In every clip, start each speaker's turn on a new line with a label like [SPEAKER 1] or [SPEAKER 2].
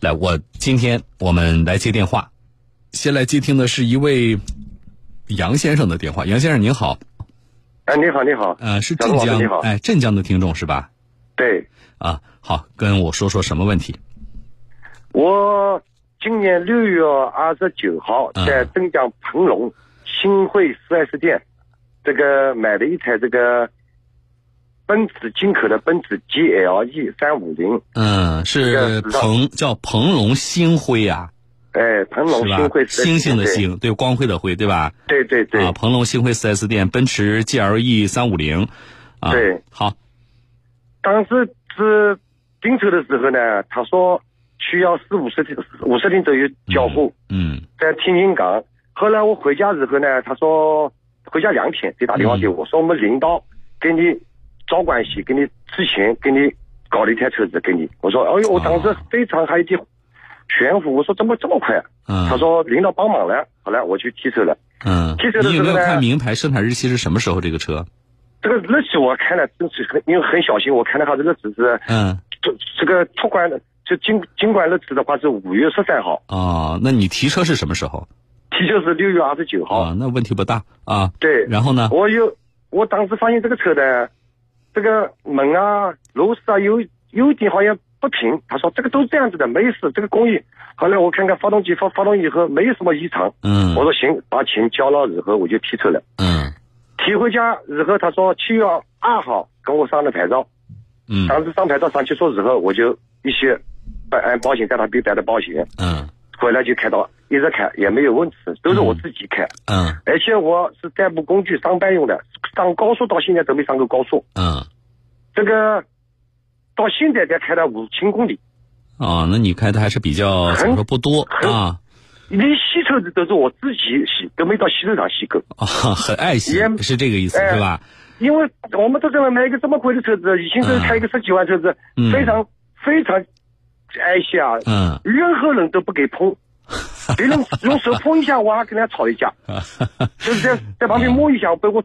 [SPEAKER 1] 来，我今天我们来接电话，先来接听的是一位杨先生的电话。杨先生您好，
[SPEAKER 2] 哎，你好，你好，
[SPEAKER 1] 呃，是
[SPEAKER 2] 小
[SPEAKER 1] 镇
[SPEAKER 2] 龙老师
[SPEAKER 1] 江
[SPEAKER 2] 你好，
[SPEAKER 1] 哎镇江的听众是吧？
[SPEAKER 2] 对
[SPEAKER 1] 啊，好，跟我说说什么问题？
[SPEAKER 2] 我今年六月二十九号
[SPEAKER 1] 嗯
[SPEAKER 2] 在镇江鹏龙新汇 4S 店，这个买了一台这个奔驰进口的奔驰 GLE 三五零，
[SPEAKER 1] 嗯，是
[SPEAKER 2] 这个
[SPEAKER 1] 鹏叫鹏龙星辉啊，
[SPEAKER 2] 哎，鹏龙
[SPEAKER 1] 是
[SPEAKER 2] 新
[SPEAKER 1] 吧
[SPEAKER 2] 汇？4S
[SPEAKER 1] 星星的
[SPEAKER 2] 店，
[SPEAKER 1] 星，对，光辉的辉，对吧？
[SPEAKER 2] 对对对
[SPEAKER 1] 啊，
[SPEAKER 2] 对，
[SPEAKER 1] 鹏龙星辉 4S 店，奔驰 GLE 三五零，啊，
[SPEAKER 2] 对，
[SPEAKER 1] 好，
[SPEAKER 2] 当时是订购的时候呢，他说需要四五十天五十天左右交付。
[SPEAKER 1] 嗯
[SPEAKER 2] 在天津港。后来我回家之后呢，他说回家两天就打电话给
[SPEAKER 1] 嗯
[SPEAKER 2] 我，说我们领导给你找关系，给你之前给你搞了一台车子给你。我说，哎呦，我
[SPEAKER 1] 哦
[SPEAKER 2] 当时非常还有点悬浮，我说怎么这么快啊？
[SPEAKER 1] 嗯，
[SPEAKER 2] 他说领导帮忙了，好了，我去提车了。
[SPEAKER 1] 嗯
[SPEAKER 2] 这个，
[SPEAKER 1] 你有没有
[SPEAKER 2] 这个呢
[SPEAKER 1] 看明牌生产日期是什么时候？这个车？
[SPEAKER 2] 这个日期我看了，真是很因为很小心，我看了他这日子是
[SPEAKER 1] 嗯，
[SPEAKER 2] 这这个托管的，就尽尽管日子的话是五月十三号，
[SPEAKER 1] 哦，那你提车是什么时候？
[SPEAKER 2] 提车是六月二十九号。
[SPEAKER 1] 啊，那问题不大啊。
[SPEAKER 2] 对，
[SPEAKER 1] 然后呢？
[SPEAKER 2] 哦 我有，我当时发现这个车呢，这个门啊、螺丝啊有有一点好像不平。他说这个都是这样子的，没事，这个工艺。后来我看看发动机发发动以后没有什么异常，
[SPEAKER 1] 嗯
[SPEAKER 2] 我说行，把钱交了以后我就提车了。
[SPEAKER 1] 嗯
[SPEAKER 2] 提回家以后，他说七月二号跟我上的牌照，
[SPEAKER 1] 嗯
[SPEAKER 2] 当时上牌照上去说以后，我就一些办按保险在他边带的保险，
[SPEAKER 1] 嗯
[SPEAKER 2] 回来就开到一直开也没有问题，都是我自己开。
[SPEAKER 1] 嗯
[SPEAKER 2] 而且我是代步工具上班用的，上高速到现在都没上过高速。
[SPEAKER 1] 嗯。
[SPEAKER 2] 这个到现在才开了五千公里，
[SPEAKER 1] 哦，那你开的还是比较
[SPEAKER 2] 很
[SPEAKER 1] 怎么说不多
[SPEAKER 2] 很
[SPEAKER 1] 啊
[SPEAKER 2] 连洗头子都是我自己洗，都没到洗头厂洗过。
[SPEAKER 1] 啊，很爱惜
[SPEAKER 2] 也
[SPEAKER 1] 是这个意思
[SPEAKER 2] 哎
[SPEAKER 1] 是吧？
[SPEAKER 2] 因为我们都在外买一个这么贵的车子，以前都是开一个十几万车子，
[SPEAKER 1] 嗯
[SPEAKER 2] 非常非常爱惜啊，
[SPEAKER 1] 嗯，
[SPEAKER 2] 任何人都不给碰。别人用手碰一下，我还跟人家吵一架，就是在
[SPEAKER 1] 嗯
[SPEAKER 2] 在旁边摸一下，被我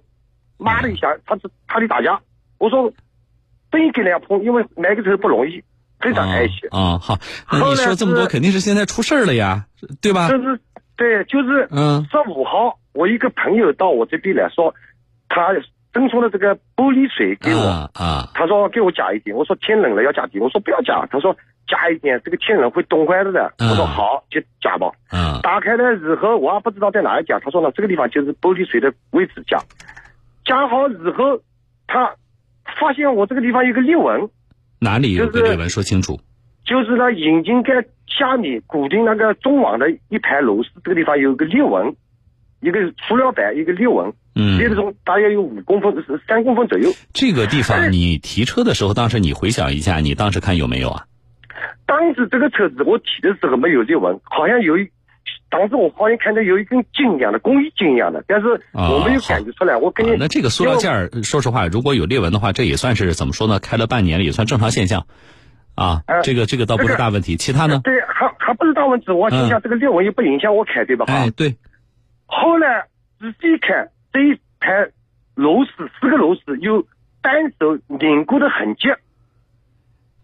[SPEAKER 2] 骂了一下，他就他就打架。我说不应给人家碰，因为买个车不容易， 非常爱惜。
[SPEAKER 1] 啊啊好，那
[SPEAKER 2] 后
[SPEAKER 1] 你
[SPEAKER 2] 来
[SPEAKER 1] 说这么多，
[SPEAKER 2] 是
[SPEAKER 1] 肯定是现在出事儿了呀，对吧？
[SPEAKER 2] 就是对，就是
[SPEAKER 1] 嗯
[SPEAKER 2] 十五号，我一个朋友到我这边来说，他赠送了这个玻璃水给我，
[SPEAKER 1] 啊啊
[SPEAKER 2] 他说给我加一点，我说天冷了要加点，我说不要加，他说加一点，这个天冷会冻坏了的，
[SPEAKER 1] 嗯
[SPEAKER 2] 我说好就加吧。
[SPEAKER 1] 啊
[SPEAKER 2] 打开了以后，我还不知道在哪里加，他说呢这个地方就是玻璃水的位置加，加好以后，他发现我这个地方有个裂纹，
[SPEAKER 1] 哪里有个
[SPEAKER 2] 就是
[SPEAKER 1] 裂纹？说清楚。
[SPEAKER 2] 就是呢引擎盖下面固定那个中网的一排螺丝，这个地方有个裂纹，一个塑料板，一个裂纹，
[SPEAKER 1] 嗯
[SPEAKER 2] 裂，的中大约有五公分，是三公分左右。
[SPEAKER 1] 这个地方你提车的时候，当时你回想一下，你当时看有没有啊？
[SPEAKER 2] 当时这个车子我提的时候没有裂纹，好像有一，当时我好像看见有一根筋一样的，工艺筋一样的，但是我没有感觉出来。我跟你、
[SPEAKER 1] 啊，那这个塑料件儿，说实话，如果有裂纹的话，这也算是怎么说呢？开了半年了，也算正常现象，啊，
[SPEAKER 2] 呃
[SPEAKER 1] 这个这个倒不是大问题。其他呢？
[SPEAKER 2] 对，还还不是大问题。我心想这个裂纹也不影响我开，对吧？
[SPEAKER 1] 嗯哎，对，
[SPEAKER 2] 后来仔细看这一排螺丝，四个螺丝有单手拧过的痕迹，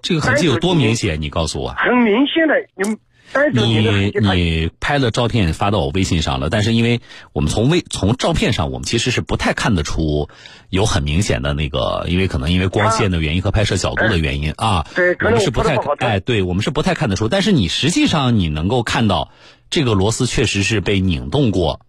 [SPEAKER 1] 这个痕迹有多明显？你告诉我。
[SPEAKER 2] 很明显的，你们单手拧的痕
[SPEAKER 1] 你
[SPEAKER 2] 迹，它
[SPEAKER 1] 你拍了照片发到我微信上了，但是因为我们从微从照片上，我们其实是不太看得出有很明显的那个，因为可能因为光线的原因和拍摄角度的原因啊，
[SPEAKER 2] 对可
[SPEAKER 1] 我
[SPEAKER 2] 能
[SPEAKER 1] 们是不太
[SPEAKER 2] 我拍得不好看
[SPEAKER 1] 哎，对我们是不太看得出，但是你实际上你能够看到这个螺丝确实是被拧动过，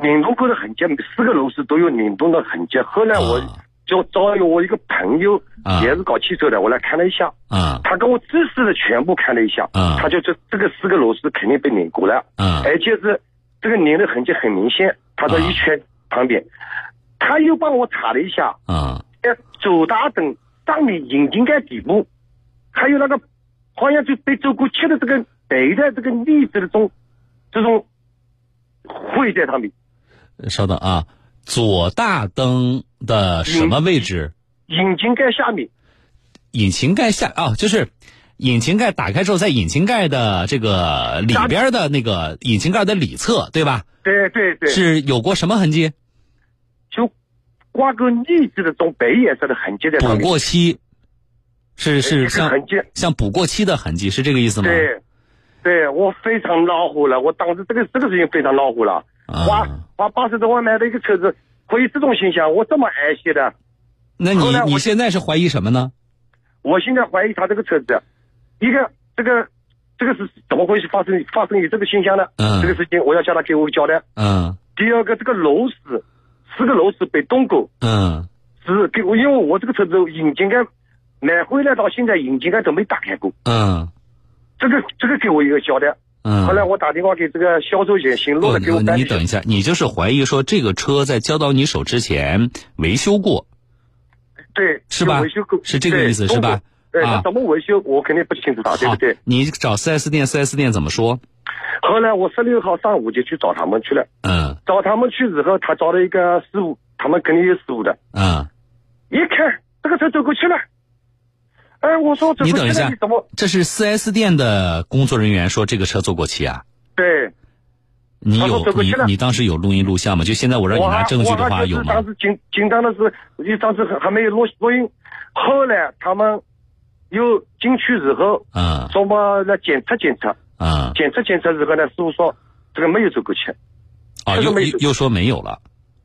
[SPEAKER 2] 拧动过的痕迹，四个螺丝都有拧动的痕迹。后来我
[SPEAKER 1] 啊
[SPEAKER 2] 就找我一个朋友
[SPEAKER 1] 啊，
[SPEAKER 2] 也是搞汽车的，我来看了一下，
[SPEAKER 1] 嗯
[SPEAKER 2] 他跟我仔细的全部看了一下，
[SPEAKER 1] 啊
[SPEAKER 2] 他就这这个四个螺丝肯定被拧过了。
[SPEAKER 1] 嗯
[SPEAKER 2] 而且哎是这个拧的痕迹很明显，他说
[SPEAKER 1] 啊
[SPEAKER 2] 一圈旁边，他又帮我查了一下，
[SPEAKER 1] 嗯
[SPEAKER 2] 在左大灯上面引擎盖底部，还有那个好像就被走过切的这个白的这个粒子的中，这种灰在上面，
[SPEAKER 1] 稍等啊，左大灯的什
[SPEAKER 2] 嗯
[SPEAKER 1] 么位置？
[SPEAKER 2] 引擎盖下面，
[SPEAKER 1] 引擎盖下啊，就是引擎盖打开之后，在引擎盖的这个里边的那个引擎盖的里侧，对吧？
[SPEAKER 2] 对对对，
[SPEAKER 1] 是有过什么痕迹？
[SPEAKER 2] 就刮过粒子的这种白颜色的痕迹在上
[SPEAKER 1] 补
[SPEAKER 2] 面，
[SPEAKER 1] 过漆，是
[SPEAKER 2] 这
[SPEAKER 1] 是
[SPEAKER 2] 个
[SPEAKER 1] 像
[SPEAKER 2] 痕迹，
[SPEAKER 1] 像补过漆的痕迹，是这个意思吗？
[SPEAKER 2] 对。对我非常恼火了，我当时这个这个事情非常恼火了，
[SPEAKER 1] 啊
[SPEAKER 2] 花花八十多万买了一个车子，会有这种现象，我这么爱惜的，
[SPEAKER 1] 那你
[SPEAKER 2] 后来我
[SPEAKER 1] 你现在是怀疑什么呢？
[SPEAKER 2] 我现在怀疑他这个车子，一个这个这个是怎么会发生发生有这个现象呢？
[SPEAKER 1] 嗯
[SPEAKER 2] 这个事情我要叫他给我交代。
[SPEAKER 1] 嗯
[SPEAKER 2] 第二个，这个楼市，四个楼市被东购
[SPEAKER 1] 嗯
[SPEAKER 2] 是给我，因为我这个车子引擎盖买回来到现在引擎盖都没打开过，
[SPEAKER 1] 嗯
[SPEAKER 2] 这个这个给我一个交代。
[SPEAKER 1] 嗯。
[SPEAKER 2] 后来我打电话给这个销售也行，
[SPEAKER 1] 不
[SPEAKER 2] 路的给我
[SPEAKER 1] 你
[SPEAKER 2] 办
[SPEAKER 1] 你
[SPEAKER 2] 理。
[SPEAKER 1] 等一下，你就是怀疑说这个车在交到你手之前维修过，
[SPEAKER 2] 对，
[SPEAKER 1] 是吧
[SPEAKER 2] 就维修过
[SPEAKER 1] 是这个意思
[SPEAKER 2] 对
[SPEAKER 1] 是吧？
[SPEAKER 2] 对，
[SPEAKER 1] 啊
[SPEAKER 2] 他怎么维修我肯定不清楚他，对
[SPEAKER 1] 好
[SPEAKER 2] 不对？，
[SPEAKER 1] 你找四 S 店，四 S 店怎么说？
[SPEAKER 2] 后来我十六号上午就去找他们去了，
[SPEAKER 1] 嗯
[SPEAKER 2] 找他们去之后，他找了一个师傅，他们肯定有师傅的，
[SPEAKER 1] 嗯，
[SPEAKER 2] 一看这个车走过去了，哎，我说走
[SPEAKER 1] 你
[SPEAKER 2] 过
[SPEAKER 1] 等一
[SPEAKER 2] 去了，
[SPEAKER 1] 下
[SPEAKER 2] 你怎么？
[SPEAKER 1] 这是四 S 店的工作人员说这个车做过期啊？
[SPEAKER 2] 对，
[SPEAKER 1] 你
[SPEAKER 2] 他
[SPEAKER 1] 有
[SPEAKER 2] 说做过
[SPEAKER 1] 你
[SPEAKER 2] 期了
[SPEAKER 1] 你当时有录音录像吗？就现在我让你
[SPEAKER 2] 我还
[SPEAKER 1] 拿证据的
[SPEAKER 2] 我
[SPEAKER 1] 话
[SPEAKER 2] 还就
[SPEAKER 1] 有
[SPEAKER 2] 是
[SPEAKER 1] 吗
[SPEAKER 2] 当？时紧紧张的是，一当时还还没有录录音，后来他们又进去之后，
[SPEAKER 1] 嗯
[SPEAKER 2] 说嘛来检测检测，
[SPEAKER 1] 嗯，
[SPEAKER 2] 检测检测之后呢，师傅说这个没有走过去，
[SPEAKER 1] 哦，
[SPEAKER 2] 这个
[SPEAKER 1] 又
[SPEAKER 2] 没
[SPEAKER 1] 又又说没有了。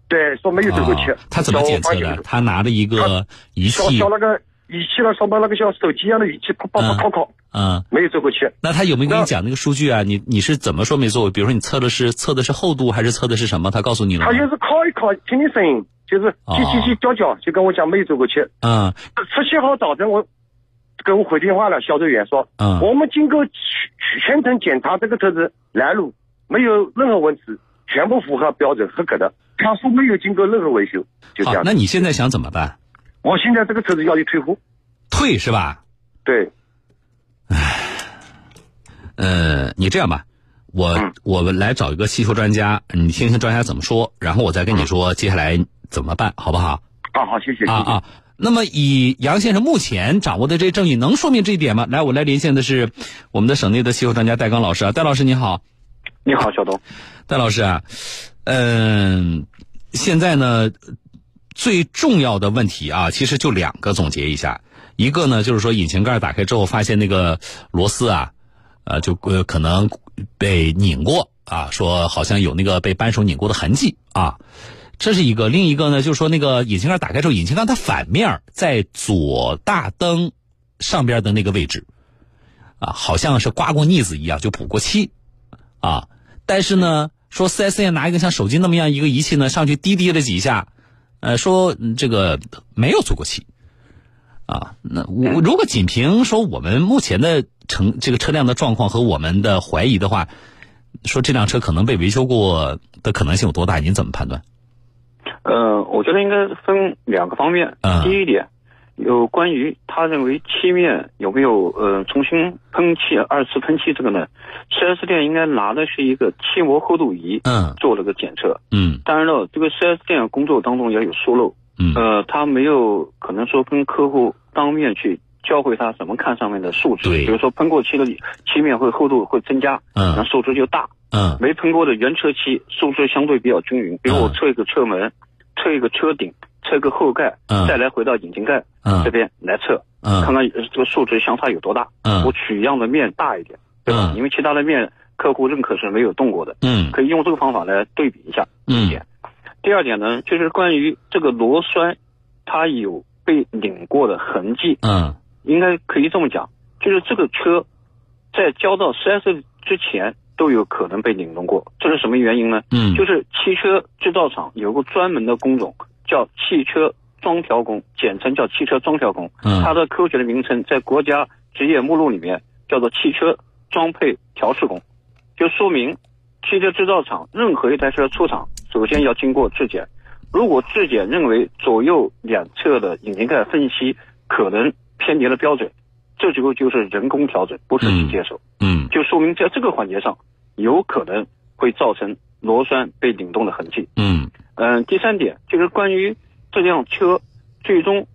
[SPEAKER 2] 对，说没有走过去
[SPEAKER 1] 啊。他怎么
[SPEAKER 2] 说
[SPEAKER 1] 检测
[SPEAKER 2] 我发
[SPEAKER 1] 的？
[SPEAKER 2] 现
[SPEAKER 1] 他拿着一个仪
[SPEAKER 2] 小
[SPEAKER 1] 器
[SPEAKER 2] 小，那个仪器了，什么那个像手机一样的仪器，啪啪
[SPEAKER 1] 嗯
[SPEAKER 2] 啪敲敲，
[SPEAKER 1] 嗯，
[SPEAKER 2] 没有走过去。
[SPEAKER 1] 那他有没有跟你
[SPEAKER 2] 那
[SPEAKER 1] 讲那个数据啊？你你是怎么说没做过？比如说你测的是测的是厚度还是测的是什么？他告诉你了
[SPEAKER 2] 他就
[SPEAKER 1] 吗？
[SPEAKER 2] 是敲一敲，听听声音，就是叽叽叽叫叫，就跟我讲没有走过去。
[SPEAKER 1] 嗯
[SPEAKER 2] 十七号早晨我给我回电话了，销售员说，
[SPEAKER 1] 嗯
[SPEAKER 2] 啊我们经过全全程检查，这个车子来路没有任何问题，全部符合标准合格的。他说没有经过任何维修，就这
[SPEAKER 1] 好，
[SPEAKER 2] 样
[SPEAKER 1] 那。你现在想怎么办？
[SPEAKER 2] 我现在这个车子要你退货，
[SPEAKER 1] 退是吧？
[SPEAKER 2] 对，
[SPEAKER 1] 呃，你这样吧，我、
[SPEAKER 2] 嗯
[SPEAKER 1] 我们来找一个汽修专家，你听听专家怎么说，然后我再跟你说接下来怎么办，好不好？
[SPEAKER 2] 好好，嗯谢谢，
[SPEAKER 1] 啊
[SPEAKER 2] 谢谢。
[SPEAKER 1] 啊。那么，以杨先生目前掌握的这证据，能说明这一点吗？来，我来连线的是我们的省内的汽修专家戴刚老师啊，戴老师你好。
[SPEAKER 2] 你好，小东。
[SPEAKER 1] 戴老师啊，嗯、现在呢，最重要的问题啊，其实就两个，总结一下。一个呢，就是说引擎盖打开之后，发现那个螺丝啊，呃，就呃可能被拧过啊，说好像有那个被扳手拧过的痕迹啊，这是一个。另一个呢，就是说那个引擎盖打开之后，引擎盖它反面儿在左大灯上边的那个位置啊，好像是刮过腻子一样，就补过漆。啊，但是呢，说四 S 店拿一个像手机那么样一个仪器呢，上去滴滴了几下，呃，说嗯这个没有做过漆，啊，那我
[SPEAKER 3] 嗯
[SPEAKER 1] 如果仅凭说我们目前的成这个车辆的状况和我们的怀疑的话，说这辆车可能被维修过的可能性有多大？您怎么判断？
[SPEAKER 3] 呃，我觉得应该分两个方面。
[SPEAKER 1] 嗯
[SPEAKER 3] 第一点，有关于他认为漆面有没有呃重新喷漆、二次喷漆这个呢？4S 店应该拿的是一个漆膜厚度仪
[SPEAKER 1] 嗯
[SPEAKER 3] 做了个检测。
[SPEAKER 1] 嗯
[SPEAKER 3] 当然了，这个 4S 店工作当中也有疏漏，
[SPEAKER 1] 嗯
[SPEAKER 3] 呃，他没有可能说跟客户当面去。教会他怎么看上面的数值，
[SPEAKER 1] 对
[SPEAKER 3] 比如说喷过漆的漆面会厚度会增加，然后
[SPEAKER 1] 嗯
[SPEAKER 3] 数值就大。
[SPEAKER 1] 嗯
[SPEAKER 3] 没喷过的原车漆素质相对比较均匀，比如我
[SPEAKER 1] 嗯
[SPEAKER 3] 测一个车门，测一个车顶，测一个后盖，
[SPEAKER 1] 嗯
[SPEAKER 3] 再来回到引擎盖这
[SPEAKER 1] 嗯
[SPEAKER 3] 边来测，看
[SPEAKER 1] 嗯
[SPEAKER 3] 看呃这个数值相差有多大。我
[SPEAKER 1] 嗯
[SPEAKER 3] 取样的面大一点，对吧？
[SPEAKER 1] 嗯
[SPEAKER 3] 因为其他的面客户认可是没有动过的，
[SPEAKER 1] 嗯
[SPEAKER 3] 可以用这个方法来对比一下。
[SPEAKER 1] 嗯
[SPEAKER 3] 第二点呢，就是关于这个螺栓，它有被拧过的痕迹，
[SPEAKER 1] 嗯
[SPEAKER 3] 应该可以这么讲，就是这个车在交到 4S 之前都有可能被拧动过，这是什么原因呢？
[SPEAKER 1] 嗯，
[SPEAKER 3] 就是汽车制造厂有个专门的工种叫汽车装调工，简称叫汽车装调工，它
[SPEAKER 1] 嗯
[SPEAKER 3] 的科学的名称在国家职业目录里面叫做汽车装配调试工，就说明汽车制造厂任何一台车出厂，首先要经过质检，如果质检认为左右两侧的引擎盖缝隙可能偏离了标准，这时候就是人工调整，不是机械手。
[SPEAKER 1] 嗯
[SPEAKER 3] 就说明在这个环节上，有可能会造成螺栓被拧动的痕迹。
[SPEAKER 1] 嗯
[SPEAKER 3] 嗯、第三点就是关于这辆车最终，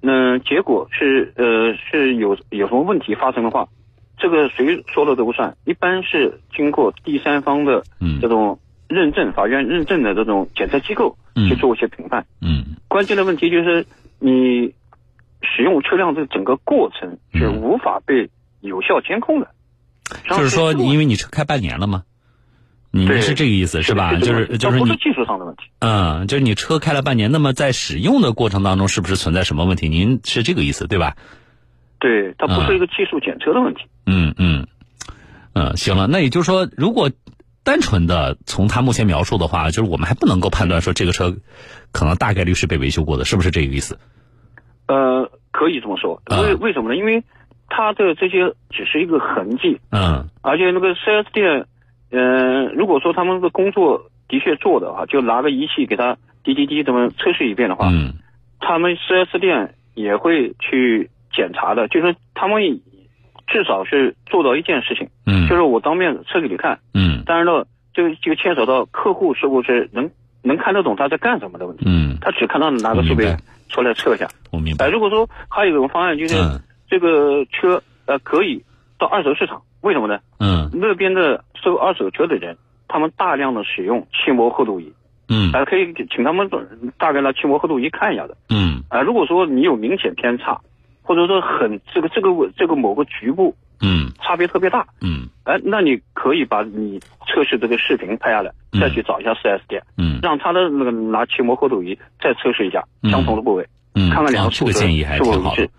[SPEAKER 3] 嗯、结果是呃是有有什么问题发生的话，这个谁说了都不算，一般是经过第三方的这
[SPEAKER 1] 嗯
[SPEAKER 3] 种认证、法院认证的这种检测机构
[SPEAKER 1] 嗯
[SPEAKER 3] 去做一些评判。
[SPEAKER 1] 嗯
[SPEAKER 3] 关键的问题就是你使用车辆这整个过程是
[SPEAKER 1] 嗯
[SPEAKER 3] 无法被有效监控的。
[SPEAKER 1] 就是说，你因为你是开半年了嘛，你
[SPEAKER 2] 对
[SPEAKER 1] 是这个意思是吧？就是就是
[SPEAKER 2] 不
[SPEAKER 1] 你
[SPEAKER 2] 是技术上的问题。
[SPEAKER 1] 嗯，就是你车开了半年，那么在使用的过程当中，是不是存在什么问题？您是这个意思对吧？
[SPEAKER 2] 对，它不
[SPEAKER 1] 嗯
[SPEAKER 2] 是一个技术检测的问题。
[SPEAKER 1] 嗯嗯嗯，行了，那也就是说，如果单纯的从他目前描述的话，就是我们还不能够判断说这个车可能大概率是被维修过的，是不是这个意思？
[SPEAKER 2] 呃，可以这么说，
[SPEAKER 1] 嗯
[SPEAKER 2] 为为什么呢？因为它的这些只是一个痕迹，
[SPEAKER 1] 嗯
[SPEAKER 2] 而且那个 4S 店，嗯、如果说他们的工作的确做的啊，就拿个仪器给它滴滴滴这么测试一遍的话，
[SPEAKER 1] 嗯
[SPEAKER 2] 他们 4S 店也会去检查的，就是他们至少是做到一件事情，
[SPEAKER 1] 嗯
[SPEAKER 2] 就是我当面测给你看。
[SPEAKER 1] 嗯
[SPEAKER 2] 当然了，这个就牵扯到客户是不是能能看得懂他在干什么的问题，
[SPEAKER 1] 嗯，
[SPEAKER 2] 他只看到你拿个设
[SPEAKER 1] 我
[SPEAKER 2] 备
[SPEAKER 1] 明白
[SPEAKER 2] 出来测一下。
[SPEAKER 1] 我明
[SPEAKER 2] 哎，
[SPEAKER 1] 白。
[SPEAKER 2] 如果说还有一种方案就是
[SPEAKER 1] 嗯
[SPEAKER 2] 这个车呃可以到二手市场，为什么呢？
[SPEAKER 1] 嗯
[SPEAKER 2] 那边的收二手车的人，他们大量的使用气膜厚度仪，
[SPEAKER 1] 嗯
[SPEAKER 2] 呃，可以请他们大概拿气膜厚度仪看一下的。
[SPEAKER 1] 嗯
[SPEAKER 2] 啊、如果说你有明显偏差，或者说很这个这个这个某个局部
[SPEAKER 1] 嗯
[SPEAKER 2] 差别特别大，
[SPEAKER 1] 嗯
[SPEAKER 2] 哎、那你可以把你测试这个视频拍下来，
[SPEAKER 1] 嗯
[SPEAKER 2] 再去找一下 4S 店，
[SPEAKER 1] 嗯
[SPEAKER 2] 让他的那个拿气膜厚度仪再测试一下
[SPEAKER 1] 嗯
[SPEAKER 2] 相同的部位，
[SPEAKER 1] 嗯，
[SPEAKER 2] 看看两
[SPEAKER 1] 啊
[SPEAKER 2] 个
[SPEAKER 1] 这
[SPEAKER 2] 数
[SPEAKER 1] 个
[SPEAKER 2] 值
[SPEAKER 1] 建议还
[SPEAKER 2] 是否
[SPEAKER 1] 挺好
[SPEAKER 2] 一
[SPEAKER 1] 的
[SPEAKER 2] 致。。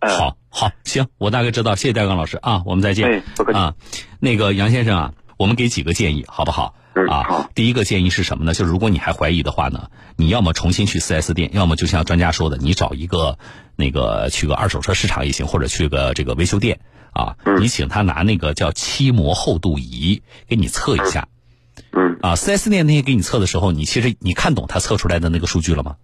[SPEAKER 2] 哎、
[SPEAKER 1] 好，好，行，我大概知道，谢谢戴刚老师啊，我们再见。
[SPEAKER 2] 哎不客气
[SPEAKER 1] 啊，那个杨先生啊，我们给几个建议，好不好？
[SPEAKER 4] 嗯
[SPEAKER 1] 啊
[SPEAKER 4] 好，
[SPEAKER 1] 第一个建议是什么呢？就是如果你还怀疑的话呢，你要么重新去 4S 店，要么就像专家说的，你找一个那个去个二手车市场也行，或者去个这个维修店啊，你请他拿那个叫漆膜厚度仪给你测一下
[SPEAKER 4] 嗯，
[SPEAKER 1] 啊。4S 店那些给你测的时候，你其实你看懂他测出来的那个数据了吗？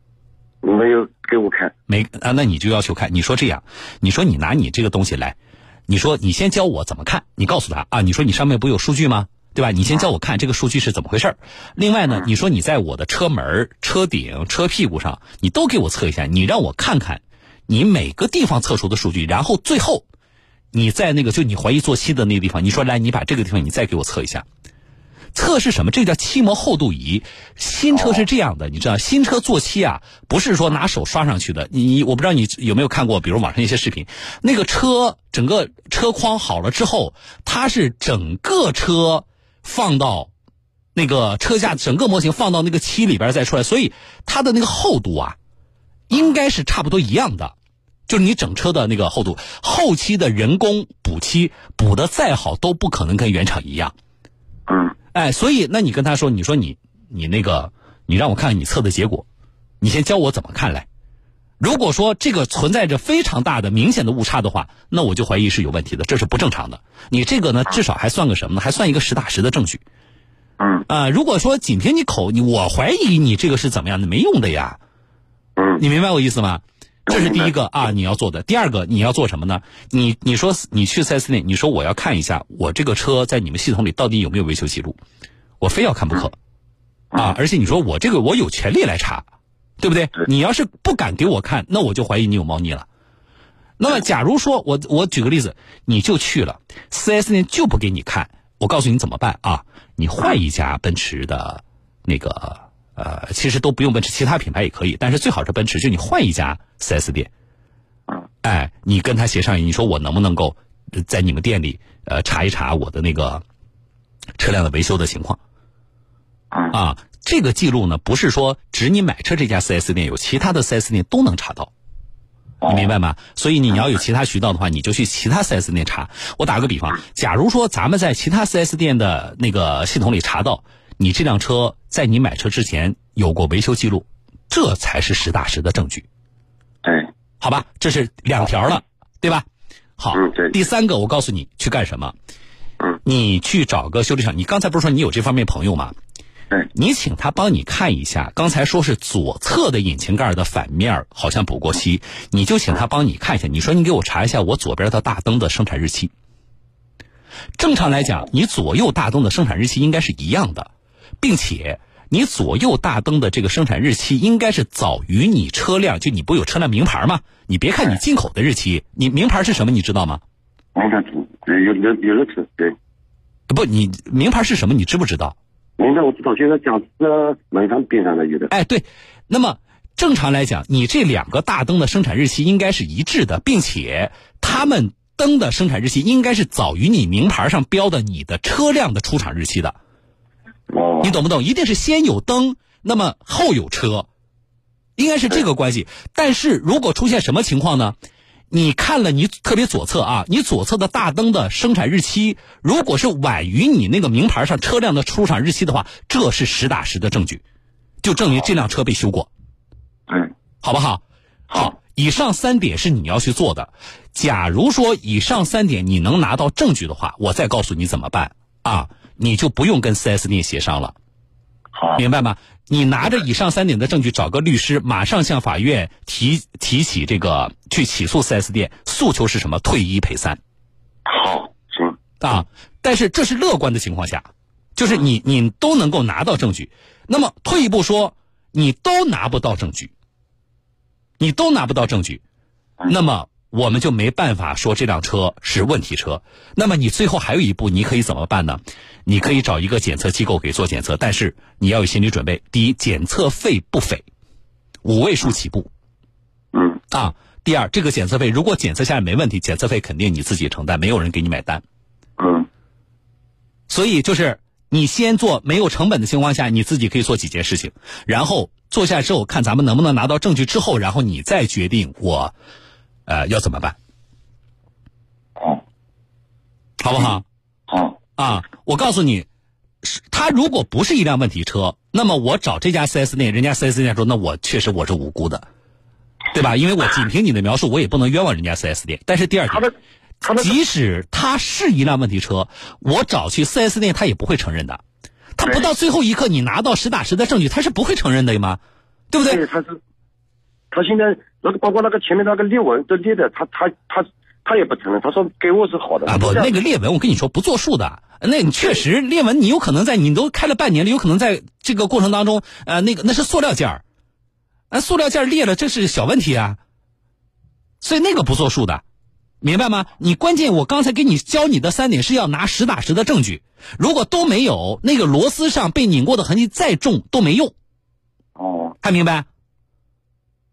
[SPEAKER 4] 没有给我看，
[SPEAKER 1] 没啊，那你就要求看。你说这样，你说你拿你这个东西来，你说你先教我怎么看，你告诉他啊，你说你上面不有数据吗？对吧？你先教我看这个数据是怎么回事儿。另外呢，你说你在我的车门儿、车顶、车屁股上，你都给我测一下，你让我看看你每个地方测出的数据，然后最后你在那个就你怀疑做漆的那个地方，你说来，你把这个地方你再给我测一下。测试什么？这叫漆膜厚度仪。新车是这样的，你知道，新车做漆啊，不是说拿手刷上去的。你我不知道你有没有看过，比如网上一些视频，那个车整个车框好了之后，它是整个车放到那个车架，整个模型放到那个漆里边再出来，所以它的那个厚度啊，应该是差不多一样的。就是你整车的那个厚度，后期的人工补漆补的再好，都不可能跟原厂一样。
[SPEAKER 4] 嗯
[SPEAKER 1] 哎，所以那你跟他说，你说你你那个，你让我看看你测的结果，你先教我怎么看来。如果说这个存在着非常大的明显的误差的话，那我就怀疑是有问题的，这是不正常的。你这个呢，至少还算个什么呢？还算一个实打实的证据
[SPEAKER 4] 嗯
[SPEAKER 1] 啊、如果说仅凭你口，你我怀疑你这个是怎么样的，没用的呀。
[SPEAKER 4] 嗯
[SPEAKER 1] 你明白我意思吗？这是第一
[SPEAKER 4] 明
[SPEAKER 1] 个啊，你要做的。第二个，你要做什么呢？你你说你去四 S 店，你说我要看一下我这个车在你们系统里到底有没有维修记录，我非要看不可啊！而且你说我这个我有权利来查，对不对？你要是不敢给我看，那我就怀疑你有猫腻了。那么，假如说我我举个例子，你就去了4 S 店就不给你看，我告诉你怎么办啊？你换一家奔驰的那个呃，其实都不用奔驰，其他品牌也可以，但是最好是奔驰，就你换一家4 S 店，
[SPEAKER 4] 嗯，
[SPEAKER 1] 哎，你跟他协商，你说我能不能够呃在你们店里呃查一查我的那个车辆的维修的情况
[SPEAKER 4] 嗯
[SPEAKER 1] 啊？这个记录呢，不是说只你买车这家4 S 店有，其他的4 S 店都能查到。你明白吗？所以你要有其他渠道的话，你就去其他 4S 店查。我打个比方，假如说咱们在其他 4S 店的那个系统里查到你这辆车在你买车之前有过维修记录，这才是实打实的证据，
[SPEAKER 2] 哎
[SPEAKER 4] 对，
[SPEAKER 1] 好吧？这是两条了，对吧？好
[SPEAKER 4] 嗯，对
[SPEAKER 1] 第三个，我告诉你去干什么
[SPEAKER 4] 嗯。
[SPEAKER 1] 你去找个修理厂，你刚才不是说你有这方面朋友吗？
[SPEAKER 4] 对，
[SPEAKER 1] 你请他帮你看一下，刚才说是左侧的引擎盖的反面儿好像补过漆，你就请他帮你看一下。你说你给我查一下我左边的大灯的生产日期。正常来讲，你左右大灯的生产日期应该是一样的，并且你左右大灯的这个生产日期应该是早于你车辆，就你不有车辆名牌吗？你别看你进口的日期，你名牌是什么你知道吗？
[SPEAKER 4] 王想图，有有有的图，对。
[SPEAKER 1] 不，你名牌是什么你知不知道？
[SPEAKER 4] 明白，我知道，就是讲是门上边上的有的。
[SPEAKER 1] 哎，对，那么正常来讲，你这两个大灯的生产日期应该是一致的，并且他们灯的生产日期应该是早于你名牌上标的你的车辆的出厂日期的，
[SPEAKER 2] 哦
[SPEAKER 1] 你懂不懂？一定是先有灯，那么后有车，应该是这个关系。但是如果出现什么情况呢？你看了你特别左侧啊，你左侧的大灯的生产日期，如果是晚于你那个名牌上车辆的出厂日期的话，这是实打实的证据，就证明这辆车被修过。
[SPEAKER 2] 嗯，
[SPEAKER 1] 好不好？好，以上三点是你要去做的。假如说以上三点你能拿到证据的话，我再告诉你怎么办啊，你就不用跟 4S 店协商了，
[SPEAKER 4] 啊
[SPEAKER 2] 好，
[SPEAKER 1] 明白吗？你拿着以上三点的证据，找个律师，马上向法院提提起这个去起诉 4S 店，诉求是什么？退一赔三
[SPEAKER 2] 好，行，
[SPEAKER 1] 啊！但是这是乐观的情况下，就是你你都能够拿到证据。那么退一步说，你都拿不到证据，你都拿不到证据，那么我们就没办法说这辆车是问题车。那么你最后还有一步，你可以怎么办呢？你可以找一个检测机构给做检测，但是你要有心理准备：第一，检测费不菲，五位数起步
[SPEAKER 2] 嗯，
[SPEAKER 1] 啊；第二，这个检测费如果检测下来没问题，检测费肯定你自己承担，没有人给你买单。
[SPEAKER 2] 嗯，
[SPEAKER 1] 所以就是你先做没有成本的情况下，你自己可以做几件事情，然后做下来之后，看咱们能不能拿到证据之后，然后你再决定我，呃，要怎么办，
[SPEAKER 2] 好，
[SPEAKER 1] 好不好？
[SPEAKER 2] 哦好，
[SPEAKER 1] 啊，我告诉你，是它如果不是一辆问题车，那么我找这家 4S 店，人家 4S 店说，那我确实我是无辜的，对吧？因为我仅凭你的描述，我也不能冤枉人家 4S 店。但是第二
[SPEAKER 2] 他
[SPEAKER 1] 点
[SPEAKER 2] 的，他的
[SPEAKER 1] 即使它是一辆问题车，我找去 4S 店，他也不会承认的。他不到最后一刻，你拿到实打实的证据，他是不会承认的嘛，对不对？
[SPEAKER 2] 对，他是，他现在那个包括那个前面那个裂纹都裂的，他他他他也不承认，他说给我是好的
[SPEAKER 1] 啊，不，
[SPEAKER 2] 这样
[SPEAKER 1] 那个裂纹，我跟你说不作数的。那你确实裂纹，你有可能在你都开了半年了，有可能在这个过程当中，呃，那个那是塑料件儿，啊，塑料件儿裂了，这是小问题啊。所以那个不作数的，明白吗？你关键我刚才给你教你的三点是要拿实打实的证据，如果都没有，那个螺丝上被拧过的痕迹再重都没用，
[SPEAKER 2] 哦
[SPEAKER 1] 还明白？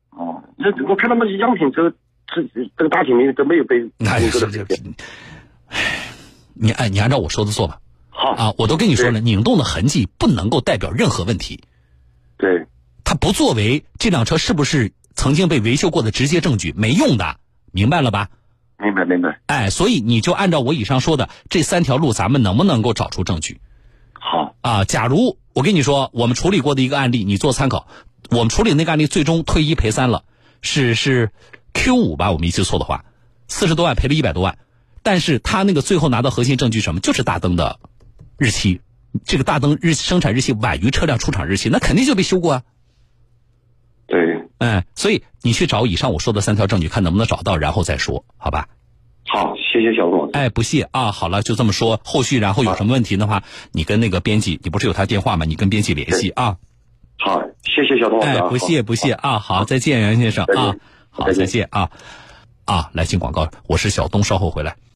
[SPEAKER 2] 哦，这我看他们样品车，这这个大品牌都没有被
[SPEAKER 1] 那
[SPEAKER 2] 这
[SPEAKER 1] 哎是
[SPEAKER 2] 个
[SPEAKER 1] 这，你按你按照我说的做吧。
[SPEAKER 2] 好
[SPEAKER 1] 啊，我都跟你说了，拧动的痕迹不能够代表任何问题。
[SPEAKER 2] 对，
[SPEAKER 1] 它不作为这辆车是不是曾经被维修过的直接证据，没用的，明白了吧？
[SPEAKER 2] 明白明白，
[SPEAKER 1] 哎，所以你就按照我以上说的这三条路，咱们能不能够找出证据
[SPEAKER 2] 好，
[SPEAKER 1] 啊？假如我跟你说，我们处理过的一个案例，你做参考。我们处理那个案例最终退一赔三了，是是 Q 五吧？我没记错的话，四十多万赔了一百多万，但是他那个最后拿到核心证据什么，就是大灯的日期，这个大灯日生产日期晚于车辆出厂日期，那肯定就被修过啊。
[SPEAKER 2] 对，
[SPEAKER 1] 嗯，所以你去找以上我说的三条证据，看能不能找到，然后再说，好吧？
[SPEAKER 2] 好，谢谢小龚，
[SPEAKER 1] 哎，不谢啊，好了，就这么说。后续然后有什么问题的话，你跟那个编辑，你不是有他电话吗？你跟编辑联系啊。
[SPEAKER 2] 好，谢谢小龚
[SPEAKER 1] 哎，不谢不谢啊，好，再见，袁先生
[SPEAKER 2] 再见
[SPEAKER 1] 啊，好，
[SPEAKER 2] 再见
[SPEAKER 1] 再见啊啊，来进广告，我是小东，稍后回来。